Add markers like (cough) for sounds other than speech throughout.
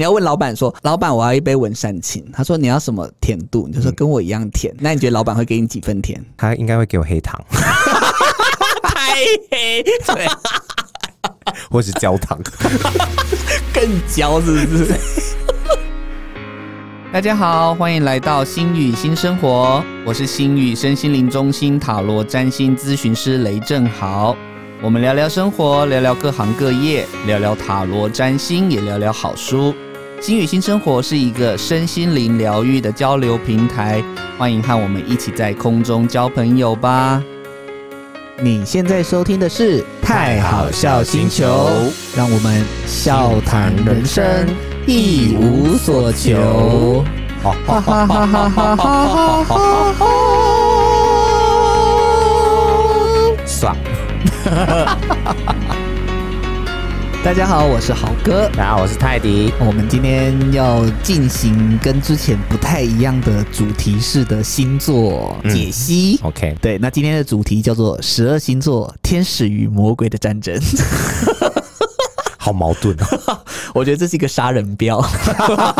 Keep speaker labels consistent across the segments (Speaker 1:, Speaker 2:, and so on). Speaker 1: 你要问老板说，老板我要一杯文山青，他说你要什么甜度，你就说跟我一样甜。那你觉得老板会给你几分甜？
Speaker 2: 他应该会给我黑糖
Speaker 1: (laughs)
Speaker 2: (laughs)
Speaker 1: 太 (laughs) 黑，对，
Speaker 2: 或是焦 (laughs) 糖。
Speaker 1: 更焦是不是？ (laughs) 大家好，欢迎来到心语新生活，我是心语身心灵中心塔罗占星咨询师雷正豪。我们聊聊生活，聊聊各行各业，聊聊塔罗占星，也聊聊好书。心语新生活是一个身心灵疗愈的交流平台，欢迎和我们一起在空中交朋友吧。你现在收听的是《太好笑星球》，让我们笑谈人生，一无所求。
Speaker 2: 哦
Speaker 1: 哈哈哈哈哈哈哈哈！
Speaker 2: 爽，
Speaker 1: (laughs) 大家好，我是豪哥。
Speaker 2: 大家好，我是泰迪。
Speaker 1: 我们今天要进行跟之前不太一样的主题式的星座解析。
Speaker 2: OK，
Speaker 1: 对，那今天的主题叫做十二星座天使与魔鬼的战争。
Speaker 2: 好矛盾哦。 (laughs)
Speaker 1: (laughs) 我觉得这是一个杀人标，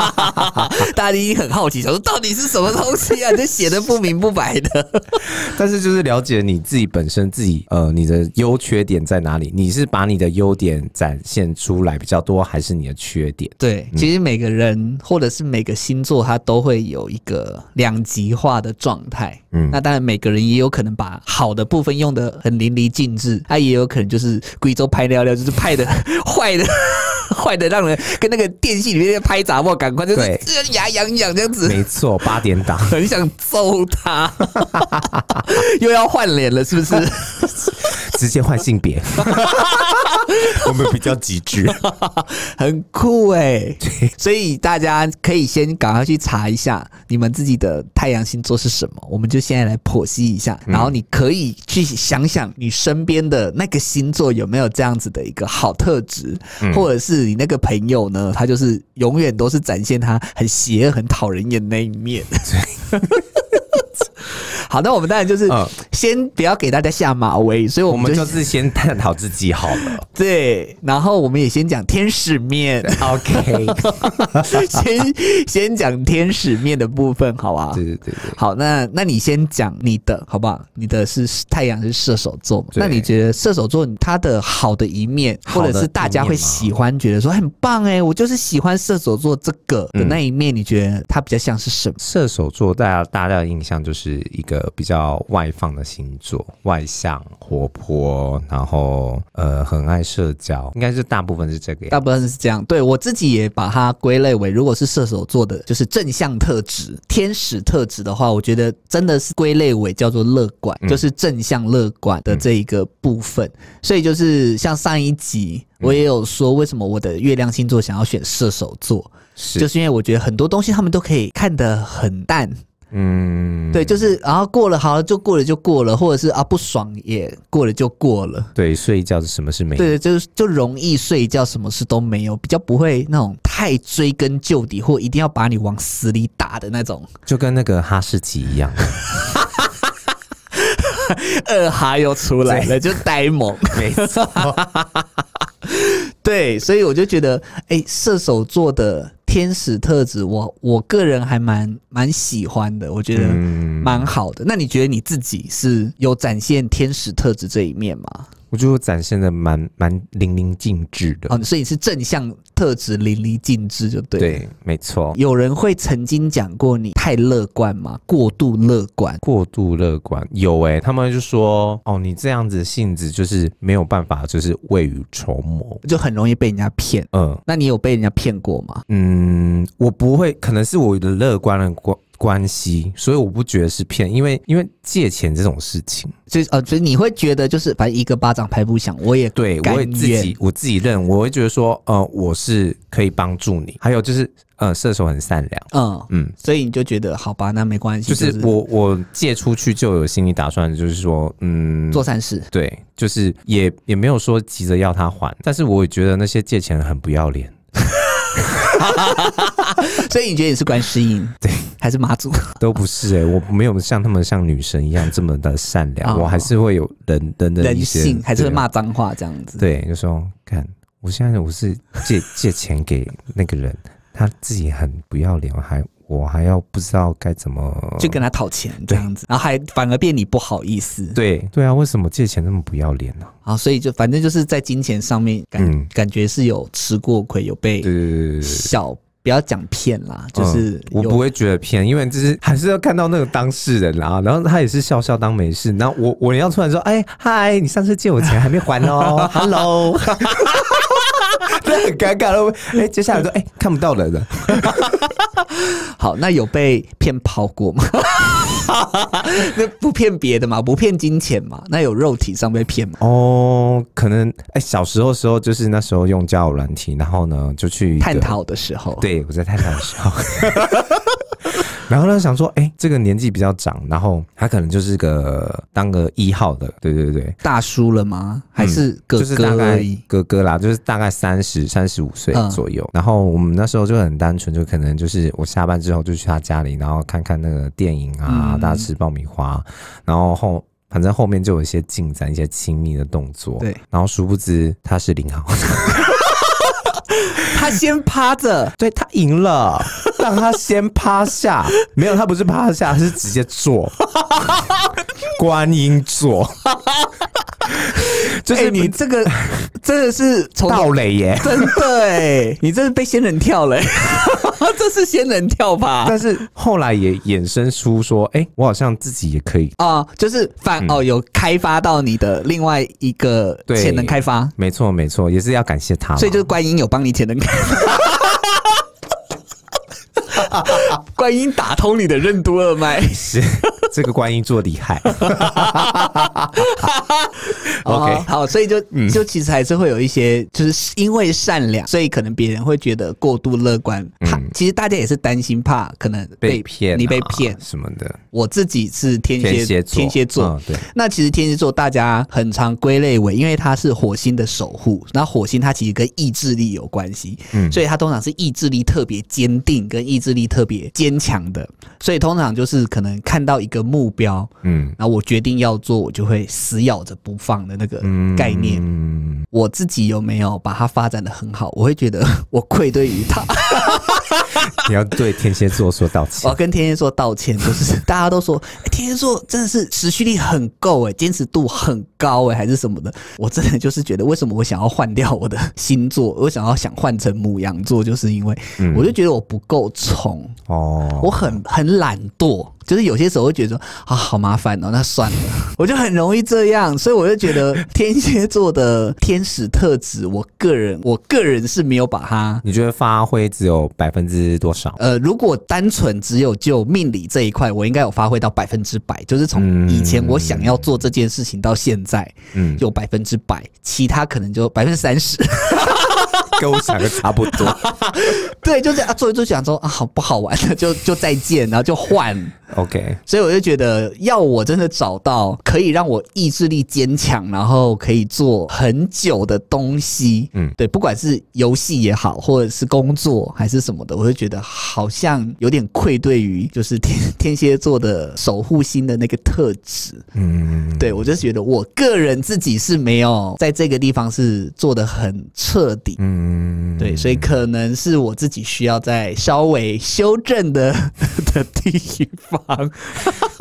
Speaker 1: (laughs) 大家一定很好奇，想说到底是什么东西啊？这写的不明不白的。
Speaker 2: 但是就是了解你自己本身自己呃你的优缺点在哪里？你是把你的优点展现出来比较多，还是你的缺 (laughs) 点？
Speaker 1: (laughs) 对，其实每个人或者是每个星座，它都会有一个两极化的状态。嗯
Speaker 2: 嗯，
Speaker 1: 那当然每个人也有可能把好的部分用的很淋漓尽致，他、也有可能就是贵州拍聊聊，就是拍的 (laughs) 坏的。坏的让人跟那个电器里面在拍杂货，赶快就是
Speaker 2: 对
Speaker 1: 呃牙痒痒这样子，
Speaker 2: 没错，八点档
Speaker 1: 很想揍他， (laughs) 又要换脸了，是不是？
Speaker 2: 直接换性 (laughs) 别， (laughs) 我们比较极致。
Speaker 1: 很酷哎、 (laughs) 所以大家可以先赶快去查一下你们自己的太阳星座是什么，我们就现在来剖析一下，
Speaker 2: 嗯
Speaker 1: 然后你可以去想想你身边的那个星座有没有这样子的一个好特质，
Speaker 2: 嗯
Speaker 1: 或者是你那个朋友呢，他就是永远都是展现他很邪恶、很讨人厌的那一面。 (laughs) 好，那我们当然就是
Speaker 2: 嗯
Speaker 1: 先不要给大家下马威，所以我
Speaker 2: 我
Speaker 1: 们
Speaker 2: 们
Speaker 1: 就
Speaker 2: 就是先探讨自己好了。
Speaker 1: 对，然后我们也先讲天使面，
Speaker 2: (laughs) OK，
Speaker 1: (laughs) 先先讲天使面的部分，好吧？
Speaker 2: 对对对对，
Speaker 1: 好，那那你先讲你的，好不好？你的是太阳是射手座嘛？
Speaker 2: 对
Speaker 1: 那你觉得射手座它的好的一面，
Speaker 2: 好
Speaker 1: 或
Speaker 2: 的
Speaker 1: 者是大家会喜欢，觉得说很棒哎、我就是喜欢射手座这个
Speaker 2: 嗯
Speaker 1: 的那一面，你觉得它比较像是什么？
Speaker 2: 射手座大家大家的印象就是一个比较外放的星座，外向、活泼，然后呃很爱社交，应该是大部分是这个样子。
Speaker 1: 大部分是这样，对我自己也把它归类为，如果是射手座的，就是正向特质、天使特质的话，我觉得真的是归类为叫做乐观，
Speaker 2: 嗯
Speaker 1: 就是正向乐观的这一个部分。所以就是像上一集。我也有说，为什么我的月亮星座想要选射手座，
Speaker 2: 是
Speaker 1: 就是因为我觉得很多东西他们都可以看得很淡，
Speaker 2: 嗯，
Speaker 1: 对，就是然后过了好了就过了就过了，或者是啊不爽也过了就过了，
Speaker 2: 对，睡觉是什么是没有？
Speaker 1: 对，就是就容易睡觉，什么事都没有，比较不会那种太追根究底或一定要把你往死里打的那
Speaker 2: (laughs)
Speaker 1: 种。
Speaker 2: 就跟那个哈士奇一
Speaker 1: (laughs)
Speaker 2: 样，
Speaker 1: 二哈又出来了，就呆萌。 (laughs)
Speaker 2: 没错，
Speaker 1: 对，所以我就觉得，哎，射手座的天使特质，我我个人还蛮蛮喜欢的，我觉得
Speaker 2: (laughs) 嗯，
Speaker 1: 蛮好的。那你觉得你自己是有展现天使特质这一面吗？
Speaker 2: 我觉得我展现的蛮蛮淋漓尽致的，
Speaker 1: 哦，所以你是正向特质淋漓尽致，就对了。
Speaker 2: 对，没错，
Speaker 1: 有人会曾经讲过你太乐观吗？过度乐观。
Speaker 2: 过度乐观有哎、他们就说哦，你这样子性子就是没有办法，就是未雨绸缪，
Speaker 1: 就很容易被人家骗。
Speaker 2: 嗯
Speaker 1: 那你有被人家骗过吗？
Speaker 2: 嗯，我不会，可能是我的乐观的关关系，所以我不觉得是骗，因为因为借钱这种事情，
Speaker 1: 就是呃，所以你会觉得就是反正一个巴掌拍不响，我也
Speaker 2: 对我
Speaker 1: 甘
Speaker 2: 会自己
Speaker 1: 愿
Speaker 2: 我自己认，我会觉得说，呃，我是可以帮助你，还有就是，呃，射手很善良。
Speaker 1: 嗯，
Speaker 2: 嗯，
Speaker 1: 所以你就觉得好吧，那没关系，
Speaker 2: 就
Speaker 1: 就是
Speaker 2: 我我借出去就有心理打算，就是说，嗯，
Speaker 1: 做善事。
Speaker 2: 对，就是也也没有说急着要他还，但是我也觉得那些借钱人很不要脸，
Speaker 1: 所以你觉得你是观世
Speaker 2: (laughs)
Speaker 1: 音，对，还是妈祖？ (laughs)
Speaker 2: 都不是哎、我没有像他们像女神一样这么的善良，
Speaker 1: 哦
Speaker 2: 我还是会有人人的
Speaker 1: 人
Speaker 2: 一些
Speaker 1: 性还是会
Speaker 2: 对啊
Speaker 1: 骂脏话这样子？
Speaker 2: (laughs) 对，就说看我现在我是借借钱给那个人，他自己很不要脸，还我还要不知道该怎么
Speaker 1: 就跟他讨钱这样子，然后还反而变你不好意思，
Speaker 2: 对对啊，为什么借钱那么不要脸呢、
Speaker 1: 啊，所以就反正就是在金钱上面感、
Speaker 2: 嗯
Speaker 1: 感觉是有吃过亏，有被
Speaker 2: 对对对对对对。
Speaker 1: 小不要讲骗啦，就是、
Speaker 2: 嗯我不会觉得骗，因为就是还是要看到那个当事人啦。然后他也是笑笑当没事。然后我我要突然说，哎嗨，你上次借我钱还没还
Speaker 1: (laughs)
Speaker 2: 哦，Hello，这很尴尬了。哎，接下来说，哎，看不到人了，
Speaker 1: 好，那有被骗跑过吗？ (laughs) 那不骗别的嘛，不骗金钱嘛，那有肉体上被骗嘛？
Speaker 2: 哦，可能哎，小时候时候就是那时候用交友软体，然后呢就去一个
Speaker 1: 探，讨的时候，，
Speaker 2: 对我在探讨的时候。 (laughs) 然后呢，想说，哎、这个年纪比较长，然后他可能就是个当个一号的，对对对，
Speaker 1: 大叔了吗？还是哥
Speaker 2: 嗯就是大
Speaker 1: 哥
Speaker 2: 概
Speaker 1: 而已？
Speaker 2: 哥哥啦，就是大概三十三十五岁
Speaker 1: 嗯
Speaker 2: 左右。然后我们那时候就很单纯，就可能就是我下班之后就去他家里，然后看看那个电影啊，
Speaker 1: 嗯
Speaker 2: 大家吃爆米花，然后后。反正后面就有一些进展，一些亲密的动作。
Speaker 1: 对，
Speaker 2: 然后殊不知他是零号，
Speaker 1: 他先趴着，
Speaker 2: (laughs) 对他赢了，让他先趴下。没有，他不是趴下，他是直接坐，观音坐， (laughs)
Speaker 1: 就
Speaker 2: 就、
Speaker 1: 是哎你这个
Speaker 2: (laughs)
Speaker 1: 真的是从
Speaker 2: 倒垒耶。
Speaker 1: 真的哎、你这是被仙人跳
Speaker 2: (laughs)
Speaker 1: 了、欸，这是仙人跳吧？
Speaker 2: 但是啊后来也衍生出说，哎、我好像自己也可以。
Speaker 1: 哦，就是反、哦，有开发到你的另外一个
Speaker 2: 嗯对
Speaker 1: 潜能开发，
Speaker 2: 没错，没错，也是要感谢他嘛。
Speaker 1: 所以就是观音有帮你潜能开发， (laughs) 观音打通你的任督二脉。
Speaker 2: 是这个观音座厉
Speaker 1: (laughs)
Speaker 2: 害。
Speaker 1: 哦
Speaker 2: (laughs) OK，嗯
Speaker 1: 好，所以就就其实还是会有一些，就是因为善良，所以可能别人会觉得过度乐观。怕其实大家也是担心怕可能
Speaker 2: 嗯被骗啊、
Speaker 1: 你被骗。
Speaker 2: 什么的，
Speaker 1: 我自己是天
Speaker 2: 天
Speaker 1: 蝎
Speaker 2: 蝎座，
Speaker 1: 天蝎座，
Speaker 2: 嗯、对，
Speaker 1: 那其实天蝎座大家很常归类为，因为它是火星的守护，那火星它其实跟意志力有关系，
Speaker 2: 嗯
Speaker 1: 所以它通常是意志力特别坚定跟意志力特别坚强的，所以通常就是可能看到一个目标，
Speaker 2: 嗯
Speaker 1: 然后我决定要做，我就会死咬着不放的那个
Speaker 2: 嗯，
Speaker 1: 呃概念。
Speaker 2: 嗯，
Speaker 1: 我自己有没有把它发展的很好？我会觉得 (laughs) 我愧对于他，
Speaker 2: 你要对天蝎座说道
Speaker 1: 我
Speaker 2: 歉
Speaker 1: (laughs) 要。跟天蝎座道歉。就是 (laughs) 大家都说、哎天蝎座真的是持续力很够哎，坚持度很高哎，还是什么的。我真的就是觉得，为什么我想要换掉我的星座？我想要想换成母羊座，就是因为
Speaker 2: 嗯
Speaker 1: 我就觉得我不够冲，
Speaker 2: 哦，
Speaker 1: 我很很懒惰，就是有些时候会觉得说啊好麻烦哦，那算了，我就很容易这样，所以我就觉得天蝎座的天使特质，我个人我个人是没有把它。
Speaker 2: 你觉得发挥只有百分之多少？
Speaker 1: 呃，如果单纯只有就命理这一块，我应该有发挥到百分之百，就是从
Speaker 2: 嗯
Speaker 1: 以前我想要做这件事情到现在
Speaker 2: 嗯，
Speaker 1: 有百分之百，其他可能就百分之三十。 (laughs)
Speaker 2: 跟我想的差不多。
Speaker 1: 对，就是啊，做一做想说啊，好不好玩的就就再见，然后就换。
Speaker 2: OK，
Speaker 1: 所以我就觉得，要我真的找到可以让我意志力坚强，然后可以做很久的东西，嗯
Speaker 2: 嗯，
Speaker 1: 对，不管是游戏也好，或者是工作还是什么的，我就觉得好像有点愧对于就是天天蝎座的守护星的那个特质。
Speaker 2: 嗯，
Speaker 1: 对我就觉得我个人自己是没有在这个地方是做的很彻底。
Speaker 2: 嗯，
Speaker 1: 对，所以可能是我自己需要再稍微修正的 (laughs) 的地方。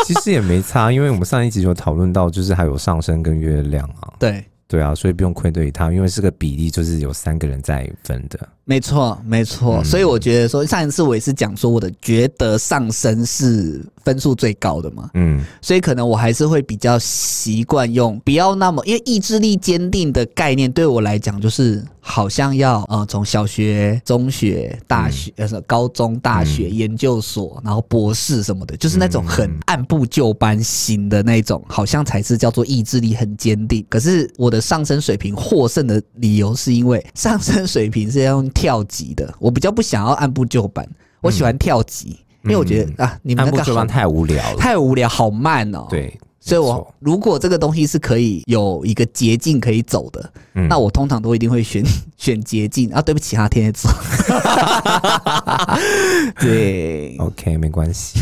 Speaker 2: 其实也没差，因为我们上一集有讨论到，就是还有上升跟月亮啊，
Speaker 1: 对，
Speaker 2: 对啊，所以不用愧对于他，因为是个比例，就是有三个人在分的。
Speaker 1: 没错，没错，所以我觉得说，上一次我也是讲说，我的觉得上升是分数最高的嘛，
Speaker 2: 嗯，
Speaker 1: 所以可能我还是会比较习惯用不要那么，因为意志力坚定的概念对我来讲，就是好像要呃从小学、中学、大
Speaker 2: 嗯
Speaker 1: 学、呃是高中、大学、研究所，然后博士什么的，
Speaker 2: 嗯
Speaker 1: 就是那种很按部就班型的那种，好像才是叫做意志力很坚定。可是我的上升水平获胜的理由是因为上升水平是要用跳级的，我比较不想要按部就班，我喜欢跳级。因为我觉得、啊，你们
Speaker 2: 嗯按
Speaker 1: 那
Speaker 2: 部
Speaker 1: 个
Speaker 2: 就班
Speaker 1: 好
Speaker 2: 太无聊了。
Speaker 1: 太无聊，好慢哦。，
Speaker 2: 对，
Speaker 1: 所以
Speaker 2: 没
Speaker 1: 我
Speaker 2: 错
Speaker 1: 如果这个东西是可以有一个捷径可以走的，
Speaker 2: 嗯
Speaker 1: 那我通常都一定会选 (laughs) 选捷径啊。对不起哈， (laughs) 天蝎座。对，呃
Speaker 2: OK 没关系。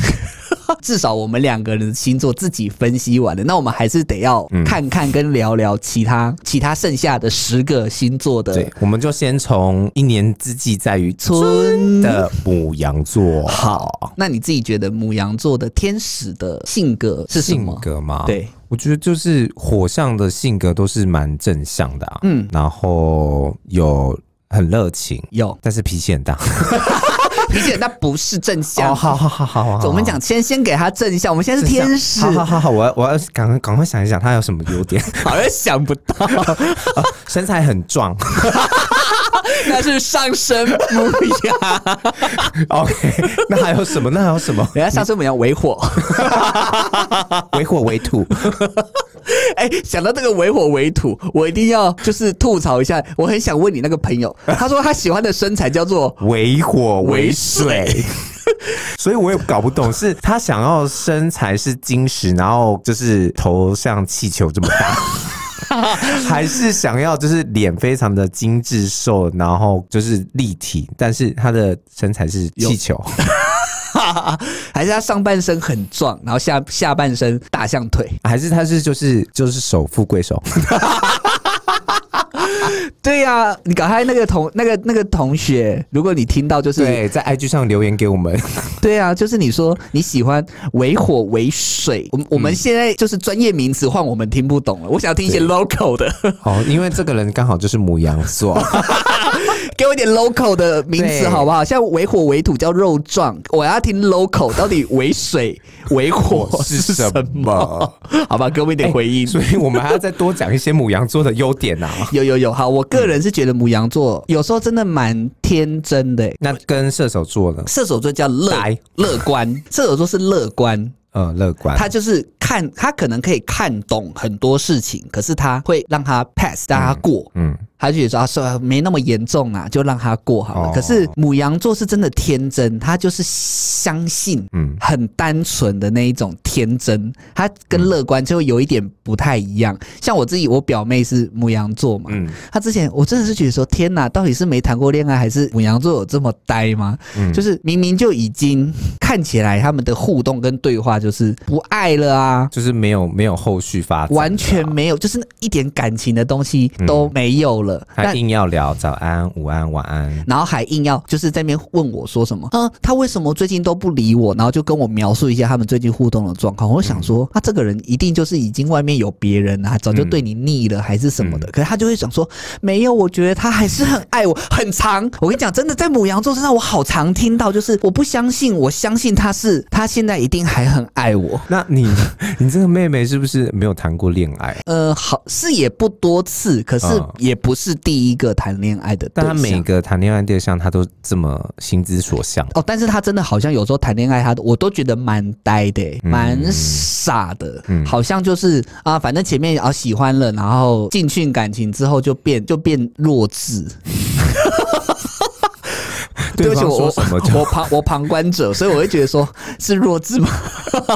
Speaker 1: 至少我们两个人的星座自己分析完了，那我们还是得要
Speaker 2: 嗯
Speaker 1: 看看跟聊聊其他、其他剩下的十个星座的
Speaker 2: 对，我们就先从一年之计在于
Speaker 1: 春
Speaker 2: 春的母羊座，
Speaker 1: 好。那你自己觉得母羊座的天使的性格 (laughs) 是什
Speaker 2: 性
Speaker 1: 么？
Speaker 2: 格嘛，
Speaker 1: 对，
Speaker 2: 我觉得就是火象的性格都是蛮正向的啊，
Speaker 1: 嗯
Speaker 2: 嗯，然后有很热情，
Speaker 1: 有 (laughs)
Speaker 2: 但是脾气很大。
Speaker 1: 理解，那不是正向。
Speaker 2: (laughs) 哦，好好好好好，
Speaker 1: 我们讲先先给他正向，我们现在是天使，
Speaker 2: 好好好好，我要我要赶快赶快想一想他有什么
Speaker 1: (laughs)
Speaker 2: 优点，
Speaker 1: 好像想不到，
Speaker 2: 身材很壮
Speaker 1: 那是上升母羊，
Speaker 2: ，OK，那 (laughs) 还有什么？那还有什么？
Speaker 1: 人家上升母羊为火，
Speaker 2: 为火为土，
Speaker 1: 哎、想到这个为火为土，我一定要就是吐槽一下。我很想问你那个朋友，他说他喜欢的身材叫做
Speaker 2: 为火为水。 (laughs) 所以我也搞不懂，是他想要身材是金石，然后就是头像气球这么 (laughs) 大，还是想要就是脸非常的精致瘦，然后就是立体，但是他的身材是气球，
Speaker 1: 还是他上半身很壮，然后下下半身大象腿？
Speaker 2: (laughs) 还是他是就是就是手富贵手？
Speaker 1: 对呀、你赶快那个同那个那个同学，如果你听到就是
Speaker 2: (laughs) 对，在 IG 上留言给我们，
Speaker 1: 对啊，就是你说你喜欢为火为水，我们
Speaker 2: 嗯
Speaker 1: 我们现在就是专业名词换我们听不懂了。我想要听一些 local 的，
Speaker 2: (laughs)
Speaker 1: (laughs)
Speaker 2: 哦，因为这个人刚好就是母羊 (laughs) 座，
Speaker 1: 给我一点 local 的名词
Speaker 2: 对
Speaker 1: 好不好？像为火为土叫肉壮，我要听 local 到底为
Speaker 2: (laughs)
Speaker 1: 水为火
Speaker 2: 是
Speaker 1: 是
Speaker 2: 什
Speaker 1: 什么
Speaker 2: 么？
Speaker 1: (laughs)
Speaker 2: 哎
Speaker 1: 好吧，给我一点回应。
Speaker 2: (laughs) 所以我们还要再多讲一些母羊座的优点
Speaker 1: (laughs)
Speaker 2: 啊。
Speaker 1: 有有有，好，我个人是觉得母羊座
Speaker 2: 嗯
Speaker 1: 有时候真的蛮天真的欸、
Speaker 2: 那跟射手座呢？
Speaker 1: 射手座叫乐
Speaker 2: 呆
Speaker 1: 乐观，射手座是乐观，
Speaker 2: 呃，乐观，
Speaker 1: 他就是看他可能可以看懂很多事情，可是他会让他 pass，让他过。
Speaker 2: 嗯，
Speaker 1: 他就觉得啊，说没那么严重啊，就让他过好了。
Speaker 2: 哦
Speaker 1: 可是母羊座是真的天真，他就是相信，嗯
Speaker 2: 嗯，
Speaker 1: 很单纯的那一种天真，他跟乐观就会有一点不太一样。像我自己，我表妹是母羊座嘛，嗯
Speaker 2: 嗯，
Speaker 1: 她之前我真的是觉得说，天哪，到底是没谈过恋爱，还是母羊座有这么呆吗？就是明明就已经看起来他们的互动跟对话就是不爱了
Speaker 2: (laughs)
Speaker 1: 啊，
Speaker 2: 就是没有没有后续发展，啊
Speaker 1: 完全没有，就是一点感情的东西都没有了。但
Speaker 2: 还硬要聊早安、午安、晚安。
Speaker 1: 然后还硬要就是在那边问我说什么，嗯，他为什么最近都不理我？然后就跟我描述一下他们最近互动的状况。我就想说，啊他、这个人一定就是已经外面有别人了、早就对你腻了还是什么的。可是他就会想说，没有，我觉得他还是很爱我，很长。 (laughs) 我跟你讲，真的在母羊座身上，我好常听到，就是我不相信，我相信他是他现在一定还很爱我。
Speaker 2: 那你 (laughs) 你这个妹妹是不是没有谈过恋爱？
Speaker 1: 呃，好是也不多次，可是
Speaker 2: 嗯
Speaker 1: 也不是第一个谈恋爱的对
Speaker 2: 但她
Speaker 1: 象。
Speaker 2: 每个谈恋爱对象，她都这么心之所向。
Speaker 1: 哦，但是他真的好像有时候谈恋爱他，我都觉得蛮呆的、
Speaker 2: 嗯
Speaker 1: 欸，蛮傻的，好像就是啊，反正前面啊喜欢了，然后进去感情之后就变就变弱智。对不起，
Speaker 2: 方
Speaker 1: 我
Speaker 2: 说什么就
Speaker 1: 我我 (laughs) 旁我旁观者，所以我会觉得说是弱智吗？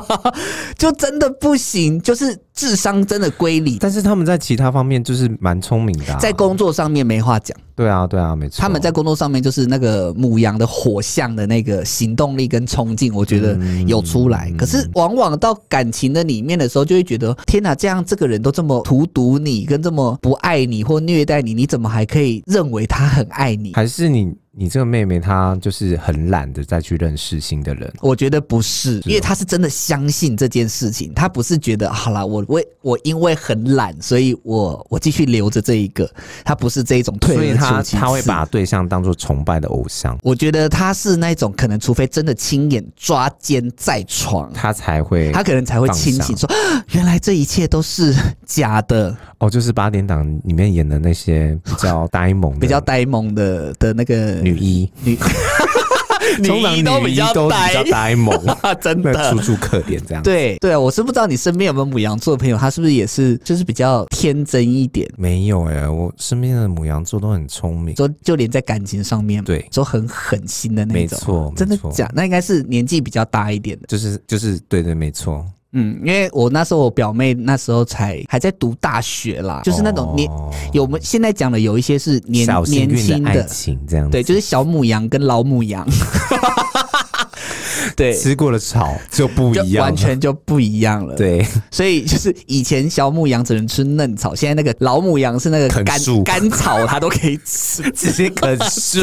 Speaker 1: (laughs) 就真的不行，就是智商真的归零，
Speaker 2: 但是他们在其他方面就是蛮聪明的、啊，
Speaker 1: 在工作上面没话讲。
Speaker 2: 对啊对啊，没错。
Speaker 1: 他们在工作上面就是那个母羊的火象的那个行动力跟冲劲，我觉得有出来。可是往往到感情的里面的时候，就会觉得天哪，这样这个人都这么荼毒你，跟这么不爱你或虐待你，你怎么还可以认为他很爱你？
Speaker 2: 还是你你这个妹妹她就是很懒得再去认识新的人。
Speaker 1: (laughs) 我觉得不是，因为他是真的相信这件事情，他不是觉得好啦，我为我因为很懒，所以我我继续留着这一个，他不是这一种退
Speaker 2: 所以
Speaker 1: 而
Speaker 2: 她
Speaker 1: 求其次。
Speaker 2: 她会把对象当做崇拜的偶像，
Speaker 1: 我觉得他是那种可能，除非真的亲眼抓奸在床，
Speaker 2: 她才会
Speaker 1: 他可能才会清醒说，啊原来这一切都是假的，
Speaker 2: 哦，就是八点档里面演的那些比
Speaker 1: (laughs)
Speaker 2: 较呆萌的、
Speaker 1: 比较呆萌的的那个
Speaker 2: 嗯女一， (laughs)
Speaker 1: 女
Speaker 2: 通常
Speaker 1: 女一
Speaker 2: 女一都比较呆萌，
Speaker 1: (laughs) 啊， (laughs) 真
Speaker 2: 那
Speaker 1: 的
Speaker 2: 楚。楚可怜这样。，
Speaker 1: (laughs) 对对啊，我是不知道你身边有没有母羊座的朋友，他是不是也是就是比较天真一点，
Speaker 2: 没有哎、我身边的母羊座都很聪明，
Speaker 1: 说就连在感情上面，
Speaker 2: 对
Speaker 1: 说很狠心的那
Speaker 2: 没
Speaker 1: 种，
Speaker 2: 错，
Speaker 1: 真的
Speaker 2: 没错
Speaker 1: 假？那应该是年纪比较大一点的。
Speaker 2: 就是就是对对，没错，
Speaker 1: 嗯，因为我那时候我表妹那时候才还在读大学啦，就是那种年、
Speaker 2: 哦
Speaker 1: 有我们现在讲的有一些是年
Speaker 2: 小幸
Speaker 1: 年
Speaker 2: 运
Speaker 1: 轻
Speaker 2: 的爱
Speaker 1: 的，
Speaker 2: 情这样子。 (laughs)
Speaker 1: 对，就是小母羊跟老母羊。对
Speaker 2: 吃过的草就不
Speaker 1: 就
Speaker 2: 一样了，
Speaker 1: 完全就不一样了。， (laughs)
Speaker 2: 对，
Speaker 1: 所以就是以前小母羊只能吃嫩草，现在那个老母羊是那个
Speaker 2: 啃
Speaker 1: 干
Speaker 2: 树
Speaker 1: 干草，它都可以
Speaker 2: (laughs)
Speaker 1: 吃。
Speaker 2: 直接啃树。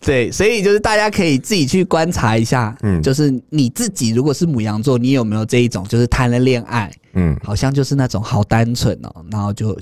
Speaker 1: 对，所以就是大家可以自己去观察一下，嗯，就是你自己如果是母羊座，你有没有这一种，就是谈了恋爱，
Speaker 2: (laughs) 嗯，
Speaker 1: 好像就是那种好单纯哦，然后就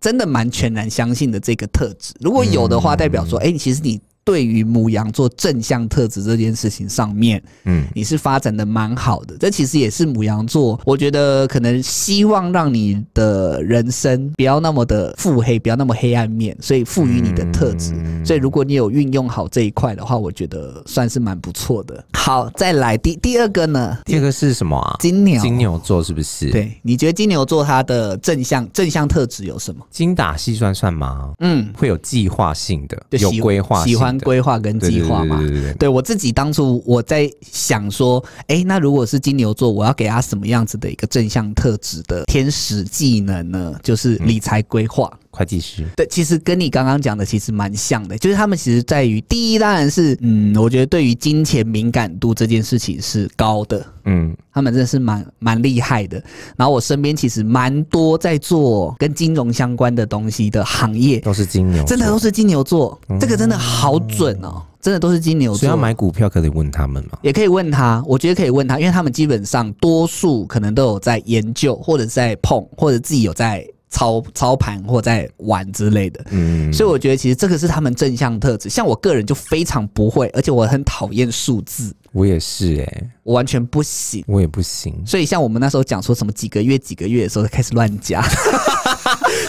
Speaker 1: 真的蛮全然相信的这个特质。如果有的话，代表说，哎、其实你对于母羊座正向特质这件事情上面，
Speaker 2: 嗯
Speaker 1: 嗯，你是发展的蛮好的。这其实也是母羊座，我觉得可能希望让你的人生不要那么的腹黑，不要那么黑暗面，所以赋予你的特质。所以如果你有运用好这一块的话，我觉得算是蛮不错的。好，再来第第二个呢，
Speaker 2: 第二个是什么啊？
Speaker 1: 金牛，
Speaker 2: 金牛座是不是？，
Speaker 1: 对，你觉得金牛座它的正向正向特质有什么？
Speaker 2: 精打细算算吗？
Speaker 1: 嗯，
Speaker 2: 会有计划性的，
Speaker 1: 就
Speaker 2: 有
Speaker 1: 喜
Speaker 2: 规划性的，
Speaker 1: 喜欢规划跟
Speaker 2: 对
Speaker 1: 计划嘛
Speaker 2: 对。对对对对
Speaker 1: 对我自己当初我在想说，诶，那如果是金牛座，我要给他什么样子的一个正向特质的天使技能呢？就是理财规划。
Speaker 2: 会计师。
Speaker 1: 对，其实跟你刚刚讲的其实蛮像的，就是他们其实在于第一，当然是嗯，我觉得对于金钱敏感度这件事情是高的，
Speaker 2: 嗯，
Speaker 1: 他们真的是蛮蛮厉害的。然后我身边其实蛮多在做跟金融相关的东西的行业，
Speaker 2: 都是金牛座，
Speaker 1: 真的都是金牛座，这个真的好准哦，真的都是金牛
Speaker 2: 嗯所以
Speaker 1: 座
Speaker 2: 要。买股票可以问他们嘛。
Speaker 1: 也可以问他，我觉得可以问他，因为他们基本上多数可能都有在研究，或者在碰，或者自己有在操操盘或在玩之类的。
Speaker 2: 嗯，
Speaker 1: 所以我觉得其实这个是他们正向特质。像我个人就非常不会，而且我很讨厌数字，
Speaker 2: 我也是哎、
Speaker 1: 我完全不行。
Speaker 2: 我也不行。
Speaker 1: 所以像我们那时候讲说什么几个月几个月的时候，开始乱
Speaker 2: (laughs)
Speaker 1: 加，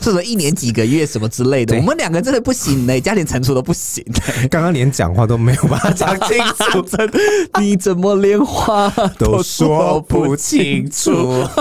Speaker 1: 说什么一年几个月什么之类的。
Speaker 2: 对
Speaker 1: 我们两个真的不行呢、家庭成熟都不行、欸
Speaker 2: (laughs) 刚刚连讲话都没有把它讲清楚，
Speaker 1: 你怎么连话说
Speaker 2: 都说
Speaker 1: 不
Speaker 2: 不
Speaker 1: 清
Speaker 2: 清
Speaker 1: 楚？
Speaker 2: 楚。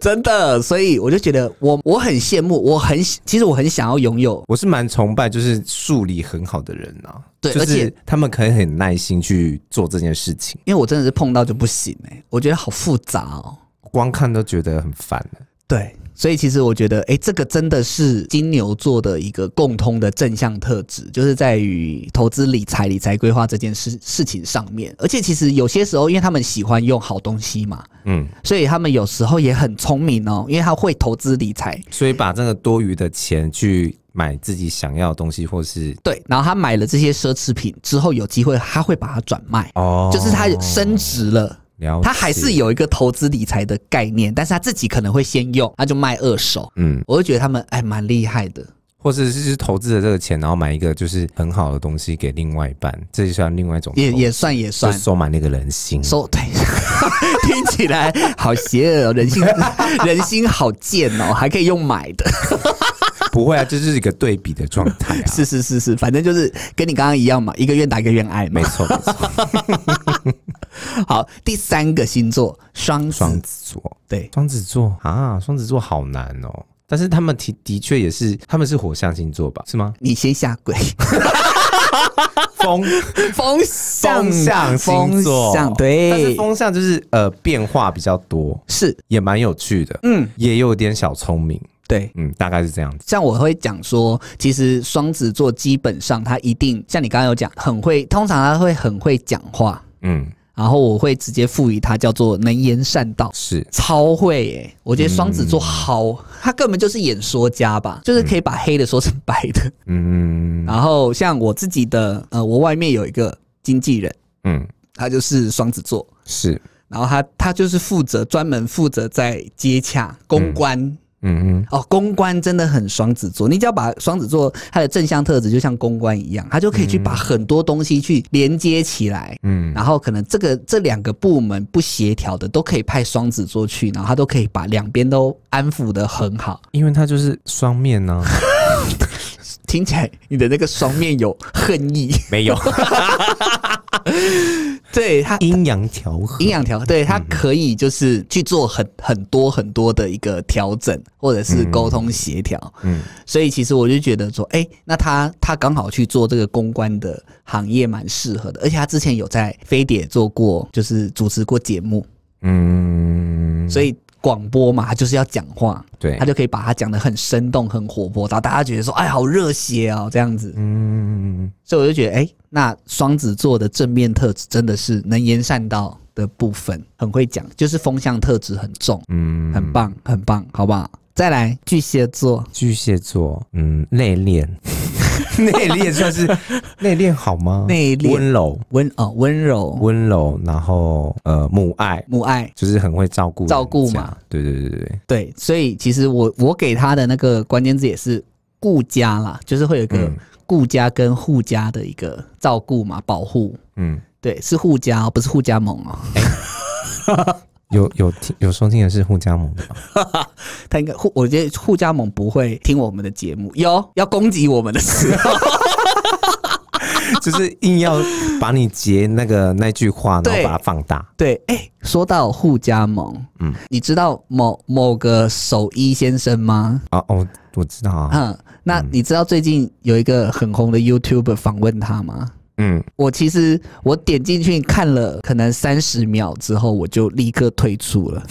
Speaker 1: 真的，所以我就觉得我我很羡慕，我很其实我很想要拥有。
Speaker 2: 我是蛮崇拜，就是数理很好的人啊。
Speaker 1: 对
Speaker 2: 就
Speaker 1: 而且
Speaker 2: 是他们可以很耐心去做这件事情，
Speaker 1: 因为我真的是碰到就不行哎、我觉得好复杂哦。
Speaker 2: 光看都觉得很烦了。
Speaker 1: 对，所以其实我觉得，哎，这个真的是金牛座的一个共通的正向特质，就是在于投资理财、理财规划这件事事情上面。而且其实有些时候，因为他们喜欢用好东西嘛，
Speaker 2: 嗯，
Speaker 1: 所以他们有时候也很聪明哦，因为他会投资理财。
Speaker 2: 所以把这个多余的钱去买自己想要的东西，或是
Speaker 1: 对，然后他买了这些奢侈品之后，有机会他会把它转卖，
Speaker 2: 哦
Speaker 1: 就是他升值了。
Speaker 2: 了解，
Speaker 1: 他还哦是有一个投资理财的概念，但是他自己可能会先用，他就卖二手。
Speaker 2: 嗯，
Speaker 1: 我就觉得他们哎蛮厉害的，
Speaker 2: 或者是就是投资了这个钱，然后买一个就是很好的东西给另外一半，这就算另外一种
Speaker 1: 也
Speaker 2: 投
Speaker 1: 也算也
Speaker 2: 就
Speaker 1: 算
Speaker 2: 是。收买那个人心。
Speaker 1: 收 (laughs) 对，听起来好邪恶、哦，人心 (laughs) 人心好贱哦，还可以用买
Speaker 2: (laughs)
Speaker 1: 的，
Speaker 2: 不会啊，这就是一个对比的状态 (laughs) 啊。
Speaker 1: 是是是是，反正就是跟你刚刚一样嘛，一个愿打一个愿挨嘛
Speaker 2: 没。错，没错，
Speaker 1: (laughs) 好，第三个星座双子，
Speaker 2: 双子座，
Speaker 1: 对？
Speaker 2: 双子座啊，双子座好难哦。但是他们的的确也是，他们是火象星座吧？是吗
Speaker 1: 你先下跪，
Speaker 2: (laughs) 风
Speaker 1: 风象
Speaker 2: 风象星座，
Speaker 1: 风象
Speaker 2: (laughs) 但是
Speaker 1: 对，
Speaker 2: 风象就是呃变化比较多，
Speaker 1: 是
Speaker 2: 也蛮有趣的，
Speaker 1: 嗯
Speaker 2: 也有点小聪明，
Speaker 1: 对。
Speaker 2: 嗯，大概是这样子。
Speaker 1: 像我会讲说，其实双子座基本上他一定像你刚刚有讲，很会，通常他会很会讲话，
Speaker 2: 嗯，
Speaker 1: 然后我会直接赋予他叫做能言善道。
Speaker 2: 是
Speaker 1: 超会耶、我觉得双子座好，
Speaker 2: 嗯
Speaker 1: 他根本就是演说家吧，就是可以把黑的说成白的。
Speaker 2: 嗯
Speaker 1: 然后像我自己的，呃，我外面有一个经纪人，
Speaker 2: 嗯
Speaker 1: 他就是双子座，
Speaker 2: 是
Speaker 1: 然后他他就是负责专门负责在接洽公关。
Speaker 2: 嗯嗯
Speaker 1: 哦，公关真的很双子座，你只要把双子座它的正向特质就像公关一样，它就可以去把很多东西去连接起来，
Speaker 2: 嗯
Speaker 1: 然后可能这个这两个部门不协调的，都可以派双子座去，然后他都可以把两边都安抚的很好。
Speaker 2: 因为他就是双面啊呢、
Speaker 1: 听起来你的那个双面有恨
Speaker 2: (laughs)
Speaker 1: 意，
Speaker 2: (laughs) 没有
Speaker 1: 对他
Speaker 2: 阴阳调和
Speaker 1: 营养调，
Speaker 2: 嗯
Speaker 1: 对他可以就是去做很很多很多的一个调整，或者是沟通协调。
Speaker 2: 嗯
Speaker 1: 所以其实我就觉得说，哎、那他他刚好去做这个公关的行业蛮适合的，而且他之前有在飞碟做过，就是主持过节目，
Speaker 2: 嗯，
Speaker 1: 所以广播嘛，他就是要讲话，
Speaker 2: 对
Speaker 1: 他就可以把它讲得很生动、很活泼，然后大家觉得说，哎，好热血哦，这样子。
Speaker 2: 嗯，
Speaker 1: 所以我就觉得，哎，那双子座的正面特质真的是能言善道的部分，很会讲，就是风向特质很重，
Speaker 2: 嗯
Speaker 1: 很。棒，很棒，好不好？再来，巨蟹座，
Speaker 2: 巨蟹座，嗯，内敛， (laughs) 内敛算是 (laughs) 内敛好吗？
Speaker 1: 内敛
Speaker 2: 温柔，
Speaker 1: 温哦温柔、
Speaker 2: 温柔，然后呃，母爱，
Speaker 1: 母爱，
Speaker 2: 就是很会照顾人家
Speaker 1: 照顾嘛。
Speaker 2: 对对对对对，
Speaker 1: 对，所以其实我我给他的那个关键字也是顾家啦，就是会有一个
Speaker 2: 嗯
Speaker 1: 顾家跟护家的一个照顾嘛，保护。
Speaker 2: 嗯，
Speaker 1: 对，是护家哦，不是护家盟哦。
Speaker 2: 有有听有收听的是互加盟的吧，
Speaker 1: 他应该护，我觉得护家盟不会听我们的节目，有要攻击我们的
Speaker 2: (laughs)
Speaker 1: 时候， (laughs)
Speaker 2: 就是硬要把你截那个那句话，然
Speaker 1: 对
Speaker 2: 后把它放大。
Speaker 1: 对，哎、说到护家盟，嗯
Speaker 2: 嗯，
Speaker 1: 你知道某某个手医先生吗？
Speaker 2: 啊哦，我知道啊，
Speaker 1: 嗯，那你知道最近有一个很红的 YouTube 访问他吗？
Speaker 2: 嗯，
Speaker 1: 我其实我点进去看了，可能三十秒之后我就立刻退出了。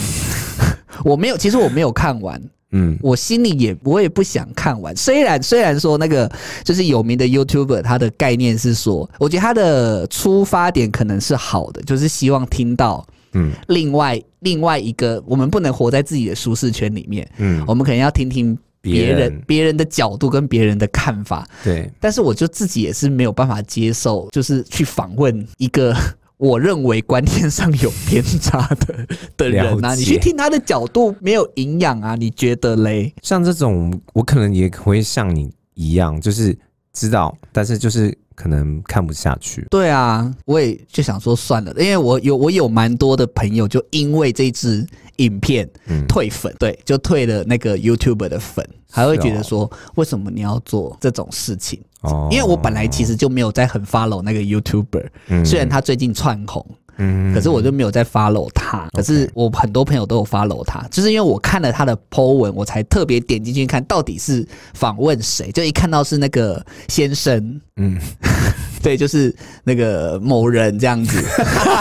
Speaker 1: (laughs) 我没有，其实我没有看完，
Speaker 2: 嗯
Speaker 1: 我心里也我也不想看完。虽然虽然说那个就是有名的 YouTuber，他的概念是说，我觉得他的出发点可能是好的，就是希望听到
Speaker 2: 嗯
Speaker 1: 另外另外一个，我们不能活在自己的舒适圈里面，
Speaker 2: 嗯，
Speaker 1: 我们可能要听听别
Speaker 2: 别
Speaker 1: 人
Speaker 2: 人
Speaker 1: 别人的角度跟别人的看法。
Speaker 2: 对，
Speaker 1: 但是我就自己也是没有办法接受，就是去访问一个我认为观念上有偏差的的人啊，
Speaker 2: 了解
Speaker 1: 你去听他的角度没有营养啊，你觉得嘞？
Speaker 2: 像这种我可能也会像你一样，就是知道，但是就是可能看不下去。
Speaker 1: 对啊，我也就想说算了，因为我有我有蛮多的朋友就因为这支影片
Speaker 2: 嗯啊
Speaker 1: 退粉，对，就退了那个 YouTube 的粉，还会觉得说为什么你要做这种事情？
Speaker 2: 哦
Speaker 1: 因为我本来其实就没有在很 follow 那个 YouTuber，
Speaker 2: 嗯
Speaker 1: 虽然他最近窜红，
Speaker 2: 嗯
Speaker 1: 可是我就没有在 follow 他。可是我很多朋友都有 follow 他，就是因为我看了他的 po 文，我才特别点进去看到底是访问谁。就一看到是那个先生，
Speaker 2: 嗯，
Speaker 1: (laughs) 对，就是那个某人这样
Speaker 2: (laughs)
Speaker 1: 子，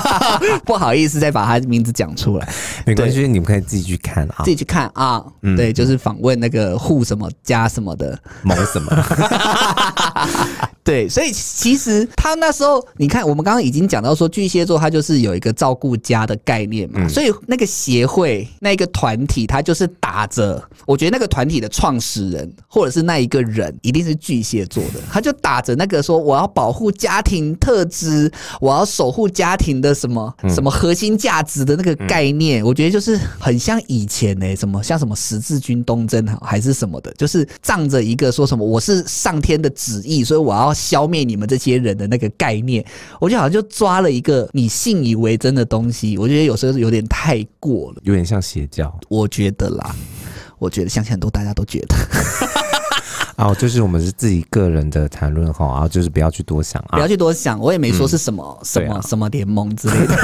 Speaker 1: (laughs) 不好意思再把他名字讲出来，
Speaker 2: 没关系，你们可以自己去看啊
Speaker 1: 自，己去看啊。
Speaker 2: 嗯
Speaker 1: 对，就是访问那个户什么家什么的，
Speaker 2: 某什么，
Speaker 1: 对，所以其实他那时候，你看，我们刚刚已经讲到说，巨蟹座他就是有一个照顾家的概念嘛，所以那个协会、那个团体，他就是打着，我觉得那个团体的创始人或者是那一个人，一定是巨蟹座的，他就打着那个说我要保护家庭特质，我要守护家庭的什么、什么核心价值的那个概念，我觉得就是很像以前呢、什么像什么十字军东征好还是什么的，就是仗着一个说什么我是上天的旨意，所以我要消灭你们这些人的那个概念，我就好像就抓了一个你信以为真的东西，我觉得有时候有点太过了，
Speaker 2: 有点像邪教
Speaker 1: (laughs) 我觉得啦。我觉得相信很多大家都觉得，
Speaker 2: 哦，就是我们是自己个人的谈论哈，然后就是不要去多想
Speaker 1: 不
Speaker 2: 啊
Speaker 1: 要。去多想，我也没说是什么、什
Speaker 2: 对
Speaker 1: 么、
Speaker 2: 啊
Speaker 1: 什么联盟之类的。